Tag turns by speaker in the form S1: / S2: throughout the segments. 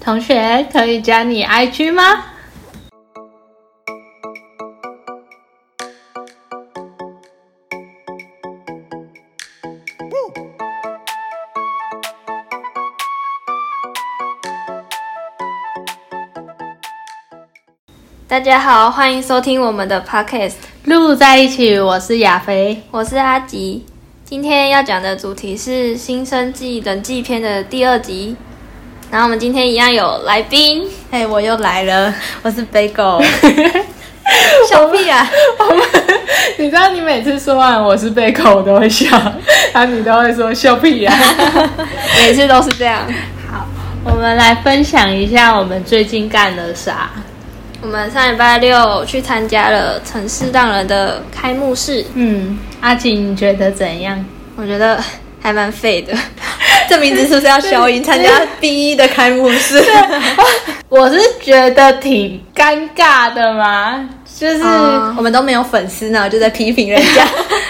S1: 同学可以加你 IG 吗？
S2: 大家好，欢迎收听我们的 podcast，
S1: 录在一起，我是亚 飞。
S2: 我是阿吉。今天要讲的主题是《新生纪人纪篇》的第二集。然后我们今天一样有来宾，
S3: 嘿、我又来了，我是 Bagel。
S2: 小屁啊，
S1: 你知道你每次说完我是被口我都会笑，然后你都会说笑屁 呀、
S2: 每次都是这样。
S1: 我们来分享一下我们最近干了啥。
S2: 我们上礼拜六去参加了城市浪人的开幕式，
S1: 嗯，阿锦你觉得怎样？
S2: 我觉得还蛮废的。 这名字是不是要消音？参加
S3: B 一的开幕式，
S1: 我是觉得挺尴尬的嘛，就是、
S2: 嗯
S3: 我们都没有粉丝呢，就在批评人家。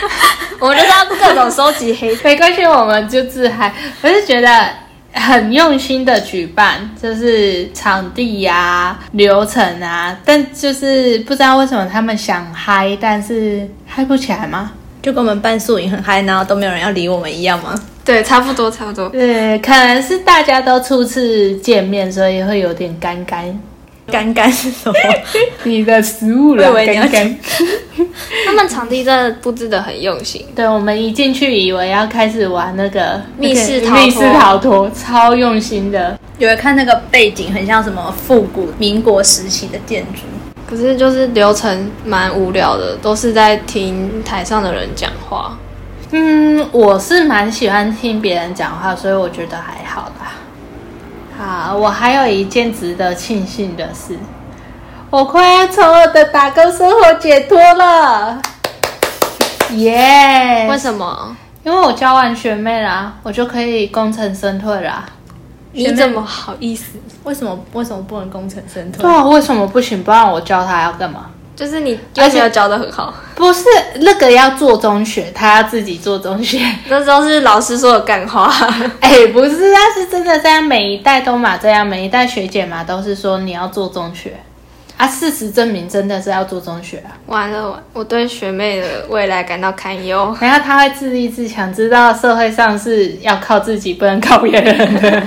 S2: 我们就是要各种收集黑。
S1: 没关系，我们就自嗨。我是觉得很用心的举办，就是场地呀、流程啊，但就是不知道为什么他们想嗨，但是嗨不起来吗？
S3: 就跟我们办宿营很嗨，然后都没有人要理我们一样吗？
S2: 对，差不多，差不多。
S1: 对，呃可能是大家都初次见面，所以会有点干 干。
S3: 干干是什么？
S1: 你的食物了，
S3: 我以为你要
S1: 干干。
S2: 他们场地真的布置的很用心。
S1: 对，我们一进去以为要开始玩那个
S2: 密室
S1: 那个
S2: 逃脱
S1: 密室逃脱，超用心的。
S3: 有人看那个背景很像什么复古民国时期的建筑，
S2: 可是就是流程蛮无聊的，都是在听台上的人讲话。
S1: 嗯，我是蛮喜欢听别人讲话，所以我觉得还好啦。好，我还有一件值得庆幸的事，我快要从我的打工生活解脱了，耶、
S2: 为什么？
S1: 因为我教完学妹啦，我就可以功成身退啦。
S2: 你怎么好意思？
S3: 为什么为什么不能功成身退
S1: 对？啊，为什么不行？不然我教她要干嘛？
S2: 就是你又没有教的很好，
S1: 不是那个要做中学，她要自己做中学。
S2: 那都是老师说的干话。
S1: 哎、不是，他是真的这样，每一代都嘛这样，每一代学姐嘛都是说你要做中学啊。事实证明，真的是要做中学啊。
S2: 完了，完我对学妹的未来感到堪忧。
S1: 然后他会自立自强，知道社会上是要靠自己，不能靠别人的，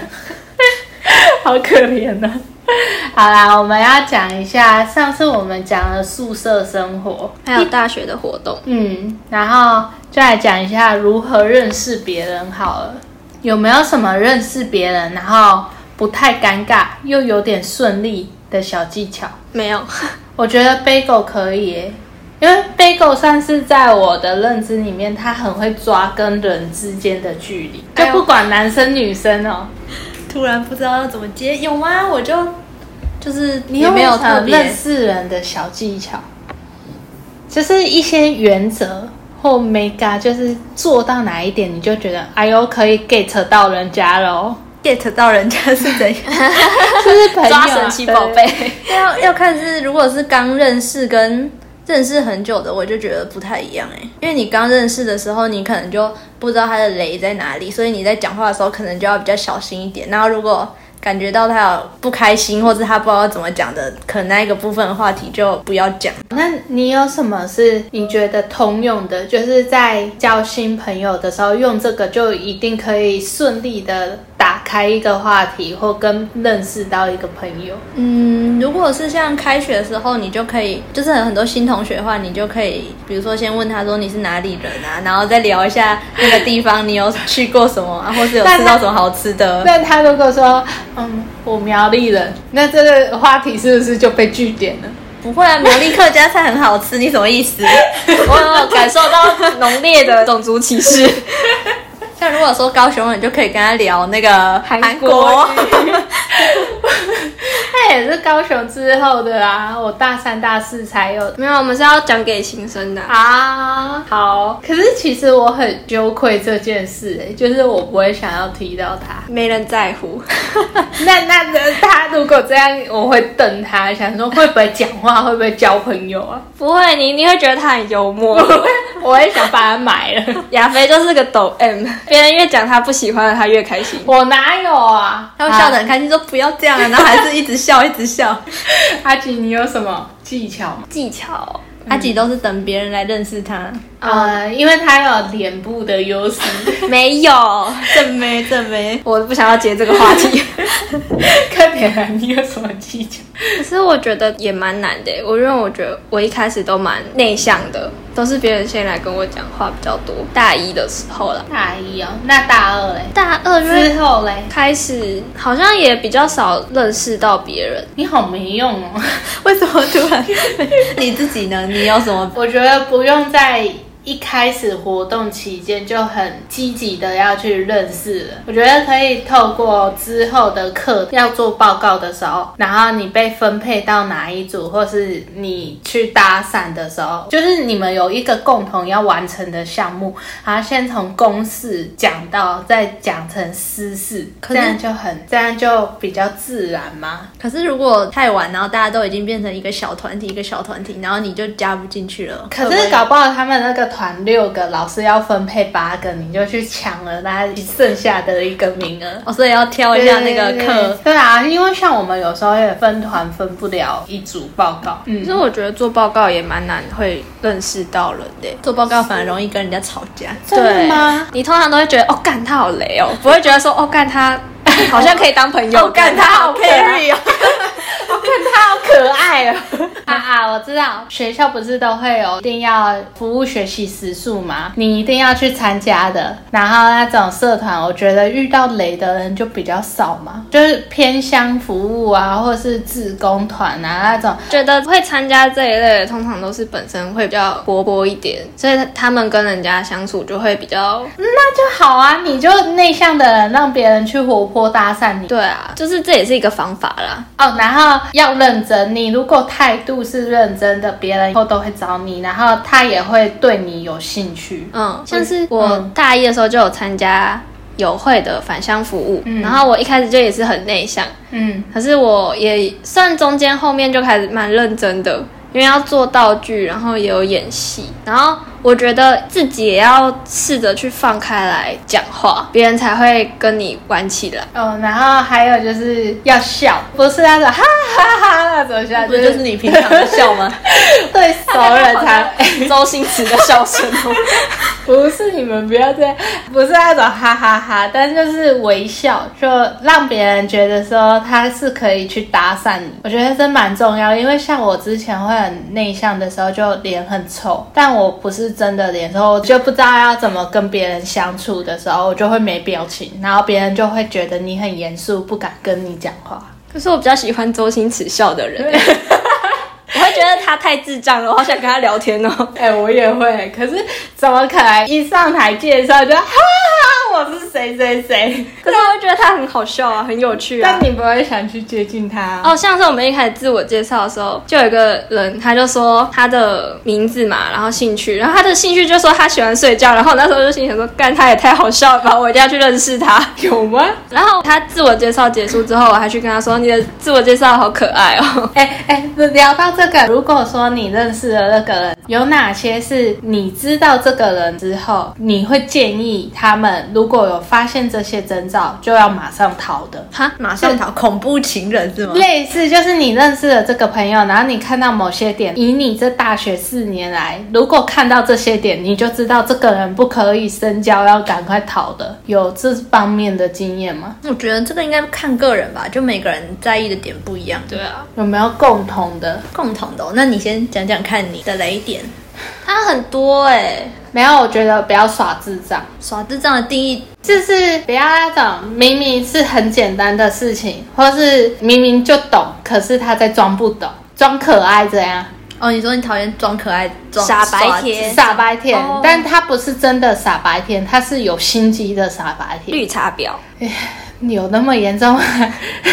S1: 好可怜呐、好啦，我们要讲一下，上次我们讲了宿舍生活，
S2: 还有大学的活动，
S1: 嗯，然后就来讲一下如何认识别人好了。有没有什么认识别人，然后不太尴尬又有点顺利的小技巧？
S2: 没有，
S1: 我觉得 Bagel 可以耶，因为 Bagel 算是在我的认知里面，他很会抓跟人之间的距离，
S2: 哎
S1: 就
S2: 呦
S1: 不管男生女生哦。
S3: 突然不知道要怎么接，有吗？我就就是
S1: 你
S3: 也
S1: 有
S3: 没有
S1: 什么
S3: 特
S1: 认
S3: 别，
S1: 识人的小技巧，就是一些原则或 mega，就是做到哪一点你就觉得哎呦可以 get 到人家喽，
S3: get 到人家是怎样。
S1: 就是朋友啊
S2: 抓神奇宝。
S1: 对
S2: 贝。
S3: 要要看是，如果是刚认识跟认识很久的，我就觉得不太一样哎、因为你刚认识的时候，你可能就不知道他的雷在哪里，所以你在讲话的时候可能就要比较小心一点。然后如果感觉到他有不开心，或者他不知道怎么讲的，可能那一个部分的话题就不要讲。
S1: 那你有什么是你觉得通用的，就是在交新朋友的时候用这个就一定可以顺利的打开一个话题，或跟认识到一个朋友？
S3: 嗯，如果是像开学的时候，你就可以，就是很多新同学的话，你就可以，比如说先问他说你是哪里人啊，然后再聊一下那个地方你有去过什么 啊，或是有吃到什么好吃的。
S1: 那他如果说，嗯，我苗栗人，那这个话题是不是就被据点了？
S3: 不会啊，苗栗客家菜很好吃，你什么意思？
S2: 我有感受到浓烈的种族歧视。
S3: 像如果说高雄人，就可以跟他聊那个
S2: 韩
S3: 国
S2: 国，
S1: 他也是高雄之后的啊，我大三大四才有
S2: 没有，我们是要讲给新生的。
S1: 啊。好，可是其实我很羞愧这件事、欸，就是我不会想要提到他。
S2: 没人在乎，
S1: 那那那他如如果这样，我会瞪他，想说会不会讲话，会不会交朋友啊？
S3: 不会，你你会觉得他很幽默。
S1: 我也想把他买了。
S3: 亚飞就是个抖 M，别 人越讲他不喜欢的，他越开心。
S1: 我哪有啊？
S4: 他会笑得很开心，说不要这样啊，然后还是一直笑，一直笑。
S1: 啊阿吉，你有什么技巧吗？
S3: 技巧，
S4: 阿吉都是等别人来认识他，
S1: 呃，因为他有脸部的优势，
S3: 没有，
S4: 正妹正妹，
S3: 我不想要接这个话 题。
S1: 看别人你有什么技巧？
S3: 可是我觉得也蛮难的，欸我因为我觉得我一开始都蛮内向的，都是别人先来跟我讲话比较多。大一的时候啦，
S1: 大一哦，那大二嘞？
S3: 大二因为
S1: 之后嘞？
S3: 开始好像也比较少认识到别人，
S1: 你好没用哦！
S4: 为什么突然？ 你自己呢？你有什么？
S1: 我觉得不用在一开始活动期间就很积极的要去认识了。我觉得可以透过之后的课要做报告的时候，然后你被分配到哪一组，或是你去搭讪的时候，就是你们有一个共同要完成的项目，然后先从公事讲到，再讲成私事，
S4: 可
S1: 这
S4: 是
S1: 样就很这样就比较自然嘛。
S4: 可是如果太晚，然后大家都已经变成一个小团体，一个小团体，然后你就加不进去了。
S1: 可是搞不好他们那个团六个，老师要分配八个，你就去抢了那剩下的一个名额。
S4: 哦，所以要挑一下那个课。
S1: 对啊，因为像我们有时候也分团分不了一组报告，嗯
S3: 其，实我觉得做报告也蛮难会认识到人的。
S4: 做报告反而容易跟人家吵架，
S1: 真的吗？
S3: 你通常都会觉得哦，干他好雷哦，不会觉得说哦，干 他好像可以当朋
S1: 哦
S3: 友，啊
S4: 哦。
S1: 他好可爱哦！啊 啊，我知道，学校不是都会有一定要服务学习时数吗？你一定要去参加的。然后那种社团，我觉得遇到雷的人就比较少嘛，就是偏乡服务啊，或是志工团啊那种。
S3: 觉得会参加这一类的，通常都是本身会比较活泼一点，所以他们跟人家相处就会比较
S1: 那就好啊，你就内向的人，让别人去活泼搭讪你。
S3: 对啊，就是这也是一个方法啦。
S1: 哦，然后要认真，你如果态度是认真的，别人以后都会找你，然后他也会对你有兴趣。
S3: 嗯，像是我大一的时候就有参加友会的返乡服务，然后我一开始就也是很内向，
S1: 嗯，
S3: 可是我也算中间后面就开始蛮认真的，因为要做道具，然后也有演戏，然后我觉得自己也要试着去放开来讲话，别人才会跟你玩起来。
S1: 哦，然后还有就是要笑，不是那种哈哈哈那种笑，
S4: 不就是你平常的笑 吗？
S1: 对熟人才，
S3: 周星驰的笑声哦，
S1: 不是你们不要这样，不是那种哈哈哈但是就是微笑，就让别人觉得说他是可以去搭讪你。我觉得这蛮重要，因为像我之前会很内向的时候，就脸很臭，但我不是真的脸臭，我就不知道要怎么跟别人相处的时候，我就会没表情，然后别人就会觉得你很严肃，不敢跟你讲话。
S3: 可是我比较喜欢周星驰笑的人。 我会觉得他太智障了，我好想跟他聊天哦。
S1: 哎、我也会，可是怎么可能一上台介绍就哈 哈，我是谁谁谁？
S3: 可是我会觉得他很好笑啊，很有趣啊
S1: 但。你不会想去接近他、啊
S3: 哦，像是我们一开始自我介绍的时候，就有一个人他就说他的名字嘛，然后兴趣，然后他的兴趣就说他喜欢睡觉，然后我那时候就心想说，干他也太好笑了吧，我一定要去认识他。
S1: 有吗？
S3: 然后他自我介绍结束之后，我还去跟他说，你的自我介绍好可爱哦。
S1: 哎、哎、聊到这个，如果说你认识了那个人，有哪些是你知道这个人之后，你会建议他们如果有发现这些征兆，就要马上逃的？
S3: 哈，
S4: 马上逃，恐怖情人是吗？
S1: 类似就是你认识了这个朋友，然后你看到某些点，以你这大学四年来，如果看到这些点，你就知道这个人不可以深交，要赶快逃的。有这方面的经验吗？
S4: 我觉得这个应该看个人吧，就每个人在意的点不一样。
S3: 对啊，
S1: 有没有共同的？
S4: 共同的哦、那你先讲讲看你的雷点。
S3: 他很多哎、
S1: 没有，我觉得不要耍智障。
S4: 耍智障的定义，
S1: 就是不要那种明明是很简单的事情，或是明明就懂，可是他在装不懂，装可爱这样
S4: 哦，你说你讨厌装可爱、装
S3: 傻白
S4: 耍智
S3: 甜
S1: 傻白甜，
S3: 哦
S1: 但他不是真的傻白甜，他是有心机的傻白甜。
S3: 绿茶婊。
S1: 有那么严重吗？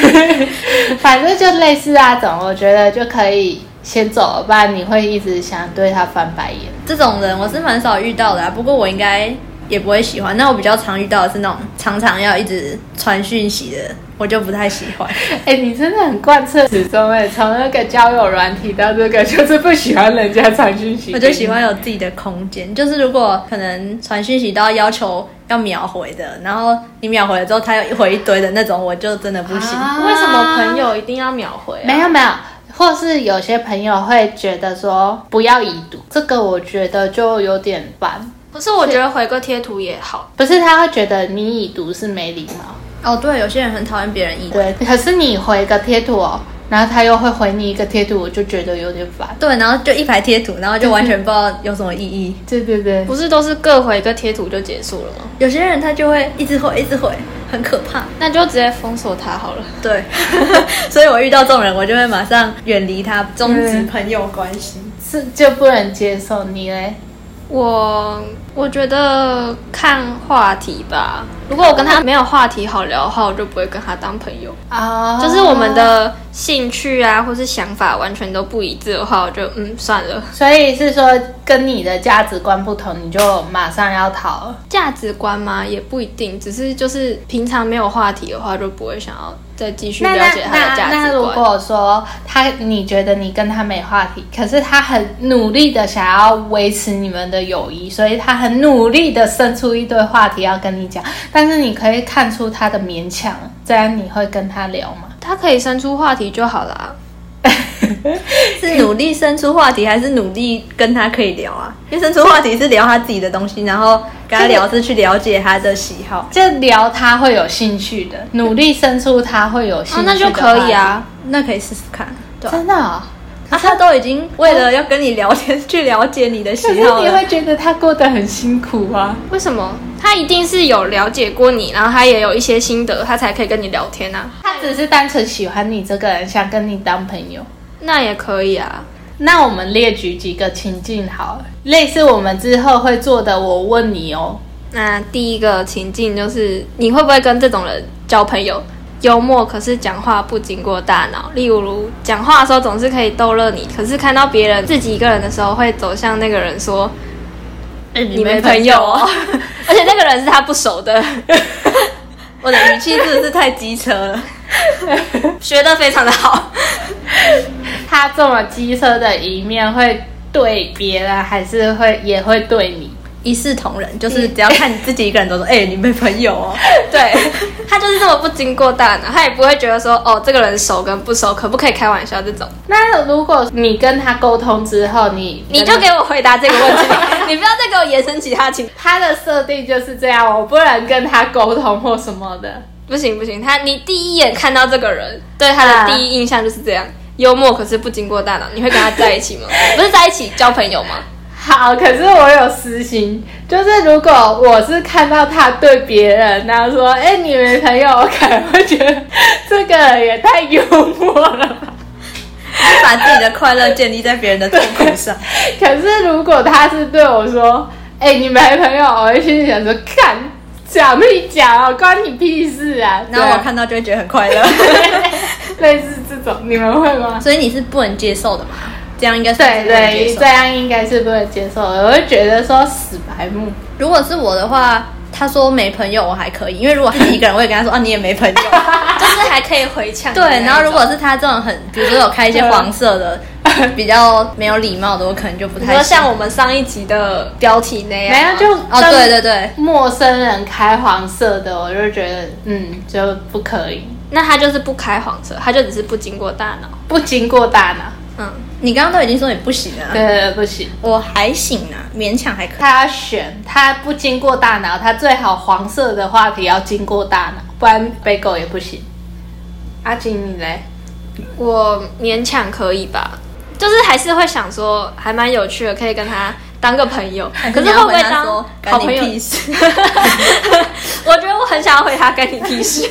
S1: 反正就类似那种，我觉得就可以先走了，不然你会一直想对他翻白眼。
S4: 这种人我是蛮少遇到的、啊，不过我应该
S3: 也不会喜欢。那我比较常遇到的是那种常常要一直传讯息的，我就不太喜欢。
S1: 哎、你真的很贯彻始终哎，从那个交友软体到这个，就是不喜欢人家传讯息，
S3: 我就喜欢有自己的空间。就是如果可能传讯息都要要求要秒回的，然后你秒回了之后他又回一堆的那种，我就真的不行。
S1: 啊
S2: 为什么朋友一定要秒回、啊？
S1: 没有没有，或是有些朋友会觉得说不要已读，这个我觉得就有点烦。
S2: 可是我觉得回个贴图也好，
S1: 不是他会觉得你已读是没礼貌，
S3: 哦，对，有些人很讨厌别人已读。
S1: 对。可是你回个贴图哦，然后他又会回你一个贴图，我就觉得有点烦。
S3: 对，然后就一排贴图，然后就完全不知道有什么意义。
S1: 对对对，
S2: 不是都是各回一个贴图就结束了吗？
S3: 有些人他就会一直回，一直回，很可怕。
S2: 那就直接封锁他好了。
S3: 对， 所以我遇到这种人，我就会马上远离他，终止
S1: 嗯
S3: 朋友关系。
S1: 是就不能接受你嘞？
S2: 我我觉得看话题吧，如果我跟他没有话题好聊的话，我就不会跟他当朋友。
S1: 啊、
S2: 就是我们，的兴趣啊，或是想法完全都不一致的话，我就嗯算了。
S1: 所以是说跟你的价值观不同，你就马上要逃了。
S2: 价值观吗？也不一定，只是就是平常没有话题的话，就不会想要再继续
S1: 那
S2: 了
S1: 那
S2: 解他的
S1: 那
S2: 价
S1: 那
S2: 值
S1: 如
S2: 观。
S1: 果说他，你觉得你跟他没话题，可是他很努力的想要维持你们的友谊，所以他很努力的生出一堆话题要跟你讲，但是你可以看出他的勉强，这样你会跟他聊吗？
S2: 他可以生出话题就好啦，
S3: 是努力生出话题，还是努力跟他可以聊啊？因为生出话题是聊他自己的东西，然后跟他聊是去了解他的喜好，
S1: 就聊他会有兴趣的，努力生出他会有兴
S2: 哦
S1: 趣，的、
S2: 那就可以，啊。
S3: 那可以试试看。对啊
S1: 真的、哦。
S3: 啊，他都已经为了要跟你聊天，去了解你的喜
S1: 可是
S3: 好
S1: 你
S3: 了。
S1: 会觉得他过得很辛苦啊。
S2: 为什么？他一定是有了解过你，然后他也有一些心得，他才可以跟你聊天啊。
S1: 他只是单纯喜欢你这个人，想跟你当朋友。
S2: 那也可以啊。
S1: 那我们列举几个情境好了，类似我们之后会做的，我问你哦。
S2: 那第一个情境就是，啊你会不会跟这种人交朋友？幽默，可是讲话不经过大脑。例如，讲话的时候总是可以逗乐你，可是看到别人自己一个人的时候，会走向那个人说
S3: 哎你
S2: 你没朋友哦， 而且那个人是他不熟 的，
S3: 我的语气真的是太机车 了。
S2: 学的非常的好。
S1: 他这么机车的一面会对别人，还是会也会对你？
S3: 一视同仁，就是只要看你自己一个人都 说，哎、你没朋友哦。
S2: 对他就是这么不经过大脑，他也不会觉得说哦，这个人熟跟不熟，可不可以开玩笑这种。
S1: 那如果你跟他沟通之后，你
S2: 你就给我回答这个 问题，你不要再给我延伸其他情。
S1: 他的设定就是这样，我不能跟他沟通或什么的。
S2: 不行不行，他你第一眼看到这个人，对他的第一印象就是这样，幽默可是不经过大脑。你会跟他在一起吗？ 不是在一起交朋友吗？
S1: 好，可是我有私心，就是如果我是看到他对别人，然后说：“哎、你没朋友”，我可能会觉得这个人也太幽默了吧。
S3: 就把自己的快乐建立在别人的痛苦上。
S1: 可是如果他是对我说：“哎、你没朋友”，我会心里想说：“看，讲屁讲啊，关你屁事 啊！”
S3: 然后我看到就会觉得很快乐，
S1: 对类似这种，你们会吗？
S3: 所以你是不能接受的嘛？这样应该是
S1: 对
S3: 不能接
S1: 对，
S3: 受
S1: 这。样应该是不能接受的。我会觉得说死白目，
S3: 如果是我的话，他说没朋友我还可以，因为如果自己一个人，我也跟他说啊你也没 朋友。
S2: 就是还可以回呛的
S3: 对
S2: 那一，种。
S3: 然后如果是他这种很，比如说有开一些黄色的，比较没有礼貌的，我可能就不
S2: 你
S3: 太
S2: 说
S3: 喜欢。
S2: 像我们上一集的标题那样
S1: 没
S2: 啊，
S1: 有就
S3: 哦，对对对，
S1: 陌生人开黄色的，我就觉得嗯就不可以，
S2: 那他就是不开黄车，他就只是不经过大脑。
S1: 不经过大脑，
S2: 嗯，
S3: 你刚刚都已经说你不行了、
S1: 对对对，不行。
S3: 我还行啊，勉强还可以。
S1: 他要选，他不经过大脑，他最好黄色的话题要经过大脑，不然被狗也不行。阿锦，你嘞？
S2: 我勉强可以吧，就是还是会想说还蛮有趣的，可以跟他当个朋 友。可
S3: 你
S2: 是
S3: 要
S2: 会不会
S3: 回答
S2: 当
S3: 说
S2: 好朋
S3: 干
S2: 友
S3: 你？屁事
S2: 我觉得我很想要回他干你屁事。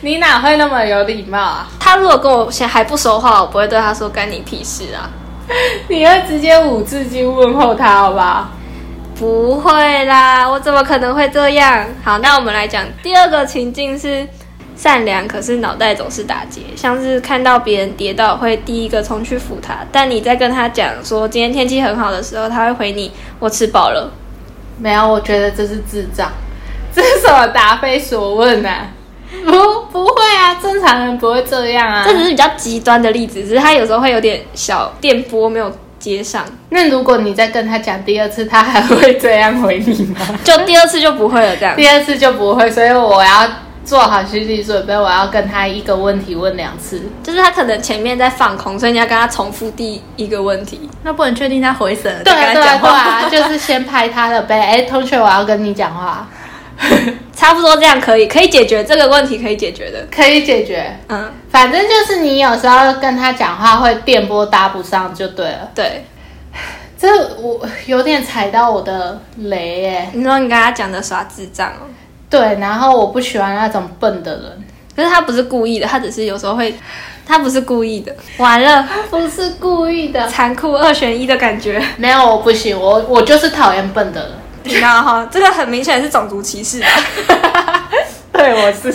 S1: 你哪会那么有礼貌啊？
S2: 他如果跟我现在还不熟的话，我不会对他说干你屁事啊，
S1: 你会直接五字经问候他，好不好？
S2: 不会啦，我怎么可能会这样？好，那我们来讲第二个情境是善良，可是脑袋总是打结，像是看到别人跌倒会第一个冲去扶他，但你在跟他讲说今天天气很好的时候，他会回你我吃饱了。
S1: 没有，我觉得这是智障，这是什么答非所问啊？ 不，不会啊，正常人不会这样啊
S2: 这。只是比较极端的例子，只是他有时候会有点小电波没有接上，
S1: 那如果你再跟他讲第二次，他还会这样回你吗？
S2: 就第二次就不会了这样。
S1: 第二次就不会，所以我要做好心理准备，我要跟他一个问题问两次。
S2: 就是他可能前面在放空，所以你要跟他重复第一个问题。
S3: 那不能确定他回神了，
S1: 对
S3: 再
S1: 啊，
S3: 跟
S1: 对
S3: 他
S1: 啊，
S3: 讲
S1: 对
S3: 话。
S1: 啊，就是先拍他的背。哎，同学，我要跟你讲话，
S2: 差不多这样可以，可以解决这个问题，可以解决的。
S1: 可以解决。
S2: 嗯，
S1: 反正就是你有时候跟他讲话会电波搭不上就对了。
S2: 对。
S1: 这我有点踩到我的雷耶、
S2: 你说你刚刚讲的耍智障哦，
S1: 对，然后我不喜欢那种笨的人，
S2: 可是他不是故意的，他只是有时候会，他不是故意的。完了，
S1: 不是故意的。
S2: 残酷二选一的感觉，
S1: 没有，我不行，我我就是讨厌笨的人。
S2: 你知道哈？这个很明显是种族歧视吧？
S1: 对，我是。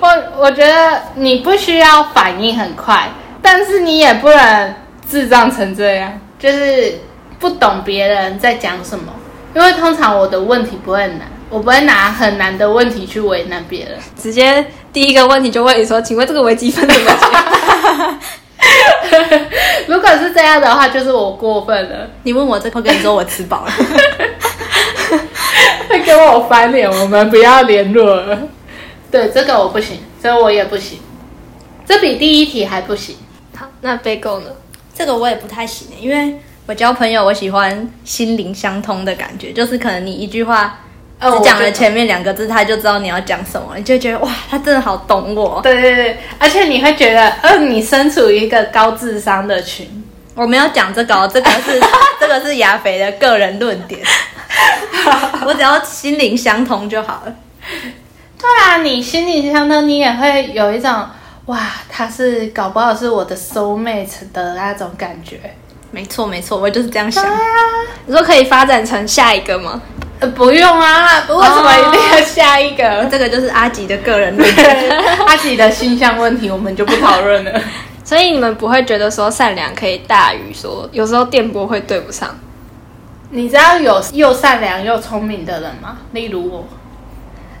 S1: 我我觉得你不需要反应很快，但是你也不能智障成这样，就是不懂别人在讲什么。因为通常我的问题不会很难，我不会拿很难的问题去为难别人。
S2: 直接第一个问题就问你说，请问这个微积分怎么 解？
S1: 如果是这样的话，就是我过分了，
S3: 你问我这块，跟你说我吃饱了。
S1: 会跟我翻脸，我们不要联络了。对，这个我不行，这个我也不行，这比第一题还不行。
S2: 好，那被告呢？
S3: 这个我也不太行欸，因为我交朋友，我喜欢心灵相通的感觉，就是可能你一句话
S1: 哦
S3: 只讲
S1: 我觉
S3: 了
S1: 得
S3: 前面两个字，他就知道你要讲什么，你就觉得哇，他真的好懂我。
S1: 对对对，而且你会觉得，呃，你身处一个高智商的群。
S3: 我没有讲这个哦，这个 是这个是亚肥的个人论点，我只要心灵相通就好了。
S1: 对啊，你心里相当，你也会有一种哇，他是搞不好是我的 soul mate 的那种感觉。
S3: 没错没错，我就是这样想。
S2: 你说可以发展成下一个吗？
S1: 呃，不用啊，为什么一定要下一个？
S3: 这个就是阿吉的个人论点。
S1: 他自己的形象问题，我们就不讨论了。
S2: 所以你们不会觉得说善良可以大于说，有时候电波会对不上。
S1: 你知道有又善良又聪明的人吗？例如我。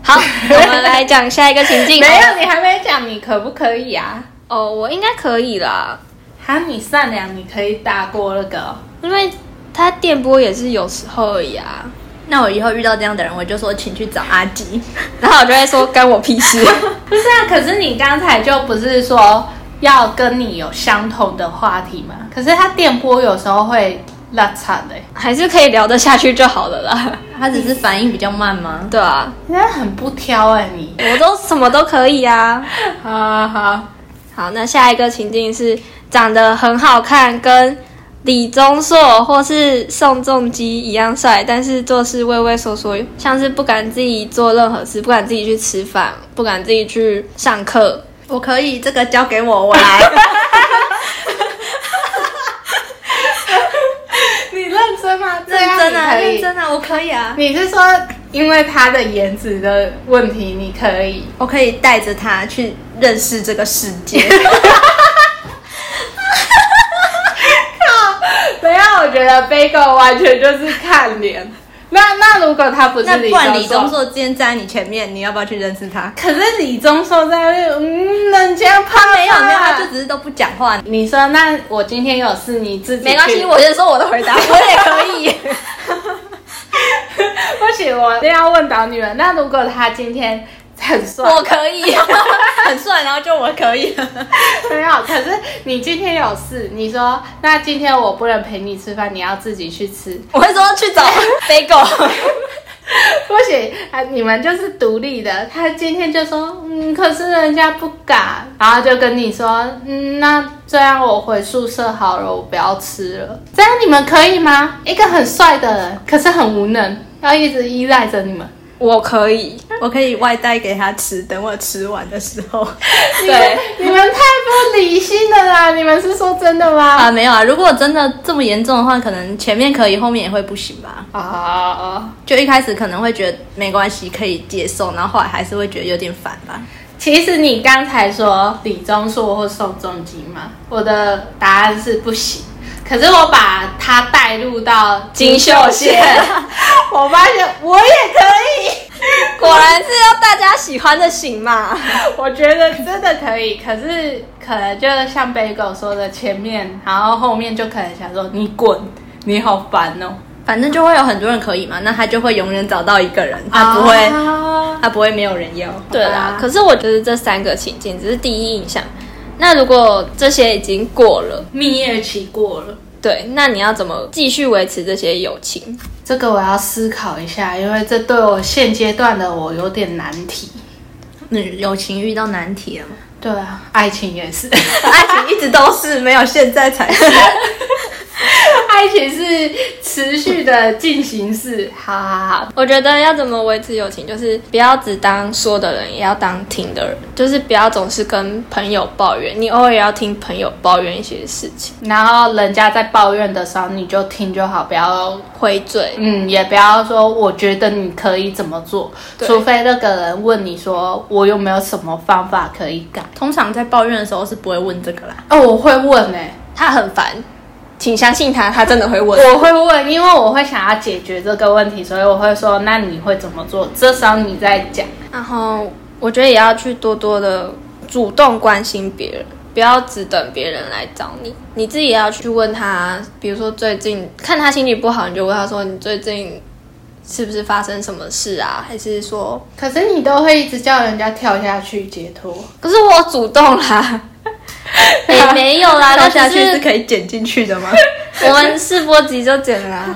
S2: 好，我们来讲下一个情境。
S1: 没有，你还没讲，你可不可以啊？
S2: 哦，我应该可以啦，
S1: 哈，你善良，你可以大过那个哦、
S2: 因为它电波也是有时候而已啊。
S3: 那我以后遇到这样的人，我就说请去找阿吉。
S2: 然后我就会说干我 屁事。
S1: 不是啊，可是你刚才就不是说要跟你有相同的话题吗？可是它电波有时候会拉惨的、欸，
S2: 还是可以聊得下去就好了 啦。
S3: 他只是反应比较慢吗？
S2: 对啊，
S1: 你真的很不挑哎、你。
S2: 我都什么都可以啊。
S1: 好好，
S2: 好，那下一个情境是长得很好看，跟李钟硕或是宋仲基一样帅，但是做事畏畏缩缩，像是不敢自己做任何事，不敢自己去吃饭，不敢自己去上课。
S3: 我可以，这个交给我，我来。
S1: 你认真吗？这
S3: 认
S1: 样
S3: 真啊，
S1: 你可以
S3: 认。真啊，我可以啊，
S1: 你是说因为他的颜值的问题，你可以？
S3: 我可以带着他去认识这个世 界。
S1: 等一下，我觉得 Bagel 完全就是看脸。那那如果他不
S3: 那
S1: 是
S3: 不
S1: 李
S3: 然李
S1: 钟
S3: 钟
S1: 硕，
S3: 硕今天站在你前面，你要不要去认识他？
S1: 可是李钟硕在那嗯，人家怕
S3: 没有没有，他
S2: 啊
S3: 就只是都不讲话。
S1: 你说，那我今天有事，你自己
S2: 没关系，
S1: 去
S2: 我先说我的 回答，我也可以。
S1: 不行，我一定要问倒你们。那如果他今天很帅，
S2: 我可以，
S3: 很帅，然后就我可以了。
S1: 没有，可是你今天有事，你说那今天我不能陪你吃饭，你要自己去吃，
S2: 我会说 去找飞狗。
S1: 不行啊！你们就是独立的。他今天就说，嗯，可是人家不敢，然后就跟你说，嗯，那这样我回宿舍好了，我不要吃了。这样你们可以吗？一个很帅的人，可是很无能，要一直依赖着你们。
S2: 我可以，
S3: 我可以外带给他吃，等我吃完的时候。
S2: 对。
S1: 你们太不理性了啦！你们是说真的吗？
S3: 啊，没有啊，如果真的这么严重的话，可能前面可以，后面也会不行吧。
S1: 啊，
S3: 就一开始可能会觉得没关系，可以接受，然后后来还是会觉得有点烦吧。
S1: 其实你刚才说李钟硕或宋仲基嘛，我的答案是不行。可是我把它带入到
S2: 金秀
S1: 线， 我发现我也可以。
S2: 果然是要大家喜欢的型嘛。
S1: 我觉得真的可以，可是可能就像北狗说的，前面，然后后面就可能想说你滚，你好烦哦，
S3: 反正就会有很多人可以嘛，那他就会永远找到一个人，他不会，
S1: 啊
S3: 他不会没有人要。
S2: 对啦
S1: 啊，
S2: 可是我觉得这三个情境只是第一印象。那如果这些已经过了，
S1: 蜜月期过了。
S2: 对，那你要怎么继续维持这些友情？
S1: 这个我要思考一下，因为这对我现阶段的我有点难题。
S3: 嗯，友情遇到难题了吗？
S1: 对啊，爱情也是，
S3: 爱情一直都是没有现在才 是。
S1: 爱情是持续的进行式。好好好，
S2: 我觉得要怎么维持友情，就是不要只当说的人，也要当听的人，就是不要总是跟朋友抱怨，你偶尔也要听朋友抱怨一些事情，
S1: 然后人家在抱怨的时候，你就听就好，不要
S2: 回嘴。
S1: 嗯，也不要说我觉得你可以怎么做，
S2: 对
S1: 除非那个人问你说我有没有什么方法可以改。
S3: 通常在抱怨的时候是不会问这个啦。
S1: 哦，我会问哎、
S2: 他很烦，请相信他，他真的会问。
S1: 我会问，因为我会想要解决这个问题，所以我会说那你会怎么做？这时候你再讲。
S2: 然后我觉得也要去多多的主动关心别人，不要只等别人来找你，你自己也要去问他，比如说最近看他心情不好，你就问他说你最近是不是发生什么事啊？还是说，
S1: 可是你都会一直叫人家跳下去解脱，
S2: 可是我主动啦， 也没有 啦，
S3: 跳
S2: 那
S3: 下去
S2: 只
S3: 啊是
S2: 是
S3: 可以剪进去的吗？
S2: 我们试播集就剪啦、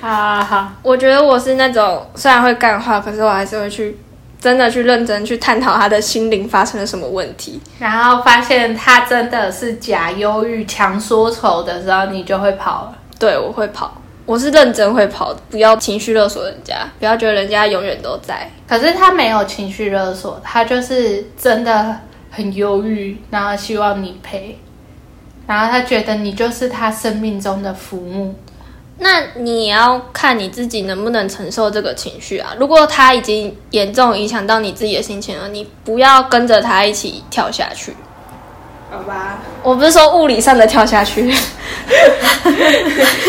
S1: 好啊好，
S2: 我觉得我是那种虽然会干话，可是我还是会去真的去认真去探讨他的心灵发生了什么问题。
S1: 然后发现他真的是假忧郁、强说愁的时候，你就会跑了。
S2: 对，我会跑，我是认真会跑的，不要情绪勒索人家，不要觉得人家永远都在。
S1: 可是他没有情绪勒索，他就是真的很忧郁，然后希望你陪，然后他觉得你就是他生命中的浮木。
S2: 那你也要看你自己能不能承受这个情绪啊。如果他已经严重影响到你自己的心情了，你不要跟着他一起跳下去。
S1: 好吧，
S2: 我不是说物理上的跳 下去，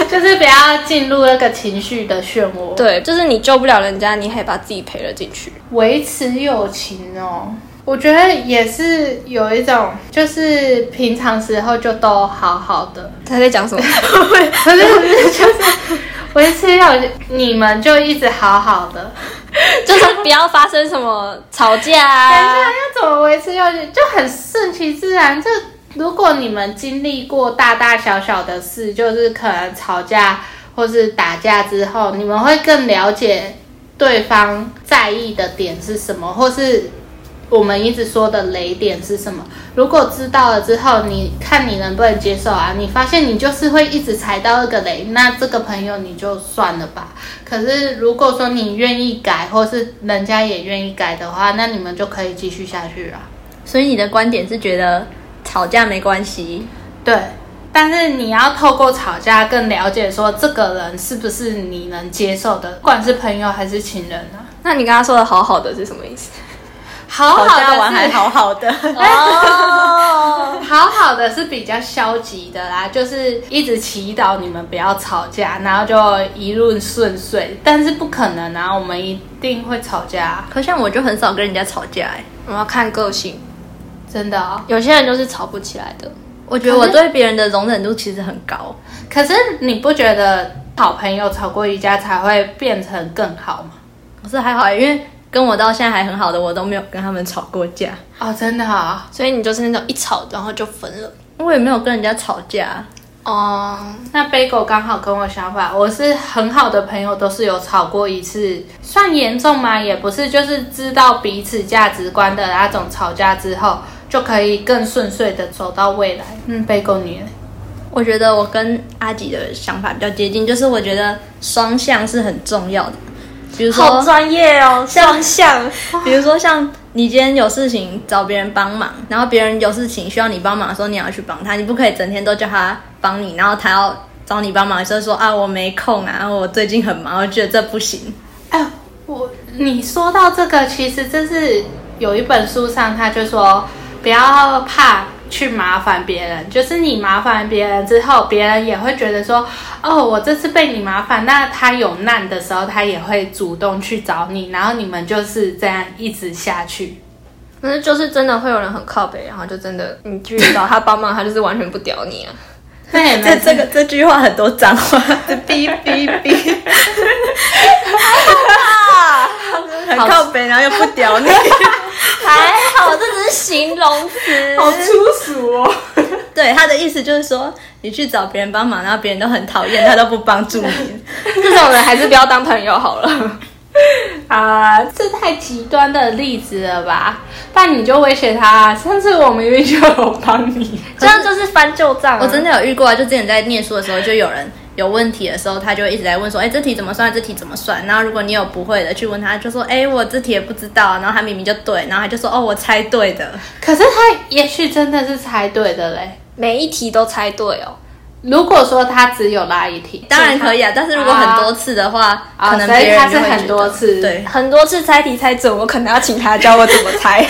S1: 就是不要进入那个情绪的漩涡。，
S2: 对，就是你救不了人家，你还把自己赔了进去。
S1: 维持友情哦，我觉得也是有一种，就是平常时候就都好好的，
S2: 他在讲什么？
S1: 可是 就是维持友，你们就一直好好的。
S2: 就是不要发生什么吵架
S1: 等 一下
S2: 啊。
S1: 要怎么维持友情，就很顺其自然。这如果你们经历过大大小小的事，就是可能吵架或是打架之后，你们会更了解对方在意的点是什么，或是我们一直说的雷点是什么。如果知道了之后，你看你能不能接受啊？你发现你就是会一直踩到那个雷，那这个朋友你就算了吧。可是如果说你愿意改，或是人家也愿意改的话，那你们就可以继续下去了。 啊
S3: 所以你的观点是觉得吵架没关系，
S1: 对，但是你要透过吵架更了解说这个人是不是你能接受的，不管是朋友还是情人啊。
S2: 那你刚刚说的好好的是什么意思？
S1: 好好
S3: 吵
S1: 的是
S3: 架完还好好 的。
S2: 哦，
S1: 好好的是比较消极的啦，就是一直祈祷你们不要吵架，然后就一路顺遂。但是不可能啊，我们一定会吵架啊，
S3: 可像我就很少跟人家吵架哎、
S2: 我要看个性，
S1: 真的哦。
S2: 有些人就是吵不起来的。
S3: 我觉得我对别人的容忍度其实很高，
S1: 可是你不觉得好朋友吵过一架才会变成更好吗？
S3: 可是还好、欸，因为跟我到现在还很好的，我都没有跟他们吵过架，
S1: 哦，真的啊、
S2: 所以你就是那种一吵然后就分了。
S3: 我也没有跟人家吵架。啊
S2: 哦，
S1: 那 Bagel 刚好跟我相反，我是很好的朋友，都是有吵过一次，算严重吗？也不是，就是知道彼此价值观的那种吵架之后，就可以更顺遂的走到未来。嗯，Bagel 你呢
S3: 我觉得我跟阿吉的想法比较接近，就是我觉得双向是很重要的。比如说，
S2: 专业哦，
S3: 像
S2: 向。
S3: 比如说像你今天有事情找别人帮忙，然后别人有事情需要你帮忙的时候，你要去帮他，你不可以整天都叫他帮你，然后他要找你帮忙，就说啊我没空啊，我最近很忙，我觉得这不行。
S1: 哎，我你说到这个，其实这是有一本书上他就说，不要怕去麻烦别人，就是你麻烦别人之后，别人也会觉得说，哦，我这次被你麻烦，那他有难的时候，他也会主动去找你，然后你们就是这样一直下去。
S2: 可是就是真的会有人很靠北，然后就真的你去找他帮忙，他就是完全不屌你啊。
S1: 那也没
S3: 这
S1: 事
S3: 这个这句话很多脏话，
S1: 哔哔哔，
S3: 很靠北，然后又不屌你，
S2: 还好，这只是形容词。
S1: 好粗俗哦。
S3: 对他的意思就是说，你去找别人帮忙，然后别人都很讨厌，他都不帮助你。
S2: 这种人还是不要当朋友好了。
S1: 啊、这太极端的例子了吧？不然你就威胁他、上次我明明就有帮你，
S2: 这样就是翻旧账、
S3: 我真的有遇过啊，就之前在念书的时候，就有人有问题的时候，他就一直在问说，哎、这题怎么算？这题怎么算？然后如果你有不会的去问他，就说，哎、我这题也不知道。然后他明明就对，然后他就说，哦，我猜对 的。
S1: 可是他也许真的是猜对的嘞。
S2: 每一题都猜对哦。
S1: 如果说他只有那一题，
S3: 当然可以啊，但是如果很多次的话，
S1: 啊
S3: 可能
S1: 所以
S3: 别人
S1: 他
S3: 就会
S1: 是很
S3: 觉得
S1: 多次
S3: 对，
S2: 很多次猜题猜准，我可能要请他教我怎么 猜。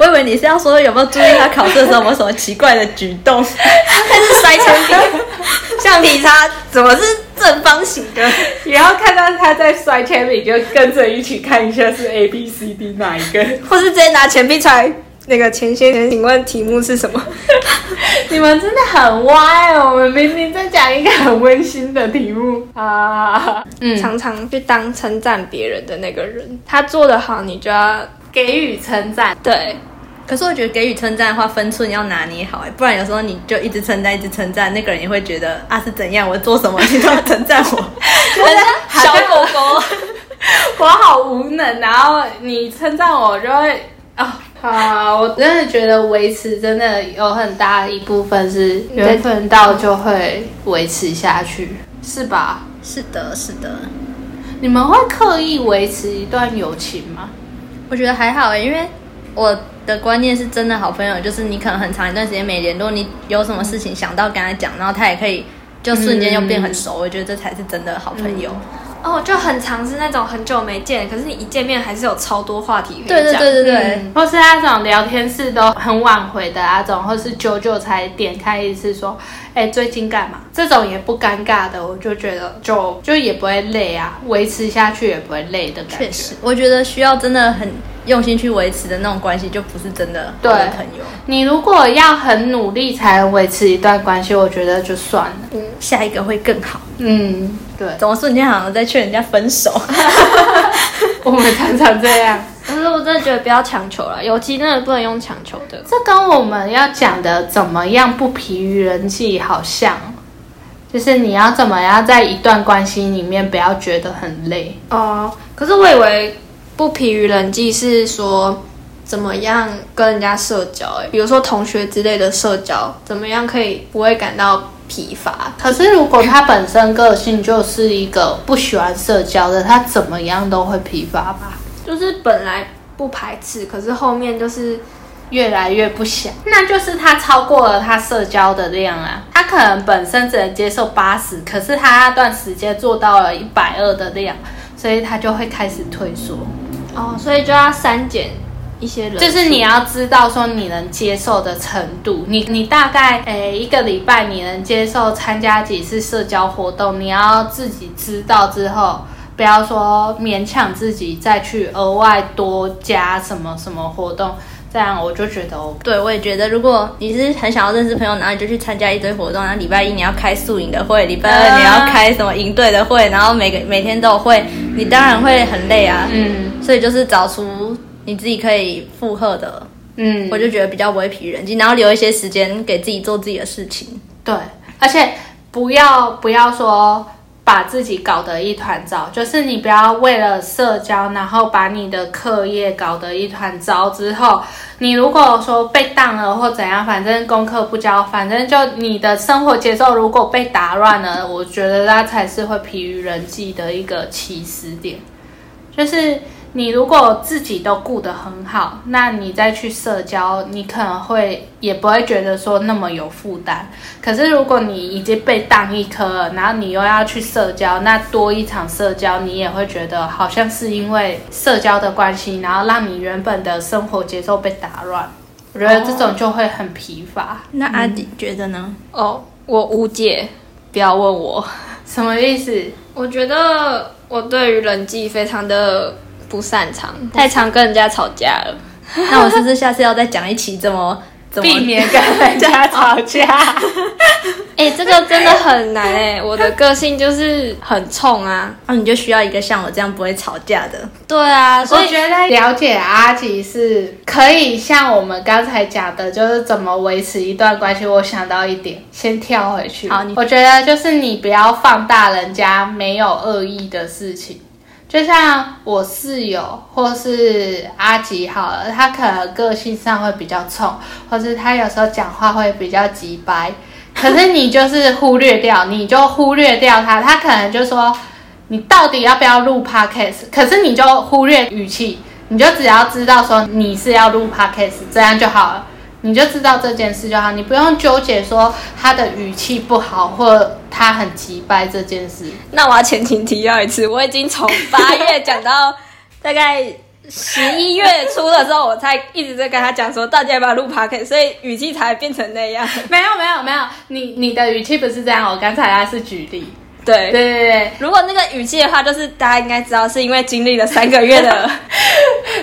S3: 我以为你是要说有没有注意他考试的时候有没有什么奇怪的举 动。
S2: 但是摔铅笔、橡皮擦怎么是 正方形的？
S1: 也要看到他在摔铅笔，就跟着一起看一下是 A B C D 哪一个。
S2: 或是直接拿铅笔出来？那个钱先生，请问题目是什么？
S1: 你们真的很歪，哦我们明明在讲一个很温馨的题目啊，嗯，
S2: 常常去当称赞别人的那个人，他做的好，你就要
S1: 给予称赞，
S2: 对。
S3: 可是我觉得给予称赞的话，分寸要拿捏好、哎，不然有时候你就一直称赞，一直称赞，那个人也会觉得啊是怎样，我做什么你都要称赞我。
S2: 很像小狗狗，
S1: 我好无能。然后你称赞我，我就会啊。啊，我真的觉得维持真的有很大一部分是缘分到就会维持下去，是吧？
S3: 是的，是的，
S1: 你们会刻意维持一段友情吗？
S3: 我觉得还好、哎，因为我的观念是真的好朋友，就是你可能很长一段时间没联络，你有什么事情想到跟他讲，然后他也可以就瞬间又变很熟，我觉得这才是真的好朋友。
S2: 哦，就很常是那种很久没见，可是你一见面还是有超多话题可以
S3: 对对
S2: 讲
S3: 对对对，
S1: 嗯或是那种聊天室都很晚回的那种，或是久久才点开一次说，哎、最近干嘛？这种也不尴尬的，我就觉得就就也不会累啊，维持下去也不会累的感
S3: 确
S1: 觉。
S3: 实，我觉得需要真的很用心去维持的那种关系，就不是真的好的
S1: 对
S3: 朋友。
S1: 你如果要很努力才能维持一段关系，我觉得就算了。
S3: 下一个会更好。
S1: 嗯，对，
S3: 怎么瞬间好像在劝人家分手？
S1: 我们常常这样。
S2: 但是我真的觉得不要强求了，尤其真的不能用强求的。
S1: 这跟我们要讲的怎么样不疲于人际好像，就是你要怎么样在一段关系里面不要觉得很累。
S2: 哦，可是我以为不疲于人际是说怎么样跟人家社交、欸，比如说同学之类的社交，怎么样可以不会感到疲乏？
S1: 可是如果他本身个性就是一个不喜欢社交的，他怎么样都会疲乏吧，
S2: 就是本来不排斥，可是后面就是
S1: 越来越不想，那就是他超过了他社交的量啊。他可能本身只能接受八十，可是他那段时间做到了一百二的量，所以他就会开始退缩。
S2: 哦，所以就要删减一些人，
S1: 就是你要知道说你能接受的程度，你你大概诶、一个礼拜你能接受参加几次社交活动，你要自己知道之后，不要说勉强自己再去额外多加什么什么活动，这样我就觉得 OK。
S3: 对，我也觉得，如果你是很想要认识朋友，然后你就去参加一堆活动，然后礼拜一你要开宿营的会，礼拜二你要开什么营队的会，然后每个每天都有会，你当然会很累啊。
S1: 嗯
S3: 所以就是找出你自己可以负荷的，
S1: 嗯，
S3: 我就觉得比较不会疲于人际，然后留一些时间给自己做自己的事情。
S1: 对，而且不要不要说把自己搞得一团糟，就是你不要为了社交，然后把你的课业搞得一团糟。之后，你如果说被当了或怎样，反正功课不交，反正就你的生活节奏如果被打乱了，我觉得那才是会疲于人际的一个起始点。就是你如果自己都顾得很好，那你再去社交，你可能会也不会觉得说那么有负担。可是如果你已经被当一颗了，然后你又要去社交，那多一场社交，你也会觉得好像是因为社交的关系，然后让你原本的生活节奏被打乱。我觉得这种就会很疲乏。
S3: 那阿迪觉得呢？
S2: 哦，我无解，不要问我。
S1: 什么意思？
S2: 我觉得我对于人际非常的不擅长，太常跟人家吵架了。
S3: 那我是不是下次要再讲一期怎么怎么
S1: 避免跟人家吵架。
S2: 哎、这个真的很难哎、我的个性就是很冲啊。
S3: 啊？你就需要一个像我这样不会吵架的。
S2: 对啊，所
S1: 我
S2: 以
S1: 觉得了解阿吉是可以像我们刚才讲的，就是怎么维持一段关系。我想到一点，先跳回去。
S3: 好你
S1: 我觉得就是你不要放大人家没有恶意的事情。就像我室友或是阿吉好了，他可能个性上会比较冲，或是他有时候讲话会比较急掰，可是你就是忽略掉，你就忽略掉他，他可能就说你到底要不要录 podcast，可是你就忽略语气，你就只要知道说你是要录 podcast，这样就好了。你就知道这件事就好，你不用纠结说他的语气不好或他很急掰这件事。
S2: 那我要前情提要一次，我已经从八月讲到 大概十一月初的时候，我才一直在跟他讲说大家要不要录 p o c a s t 所以语气才变成那 样。
S1: 没有没有没有，你你的语气不是这样，我刚才那是举例。
S2: 对
S1: 对对对，
S2: 如果那个语气的话，就是大家应该知道是因为经历了三个月 的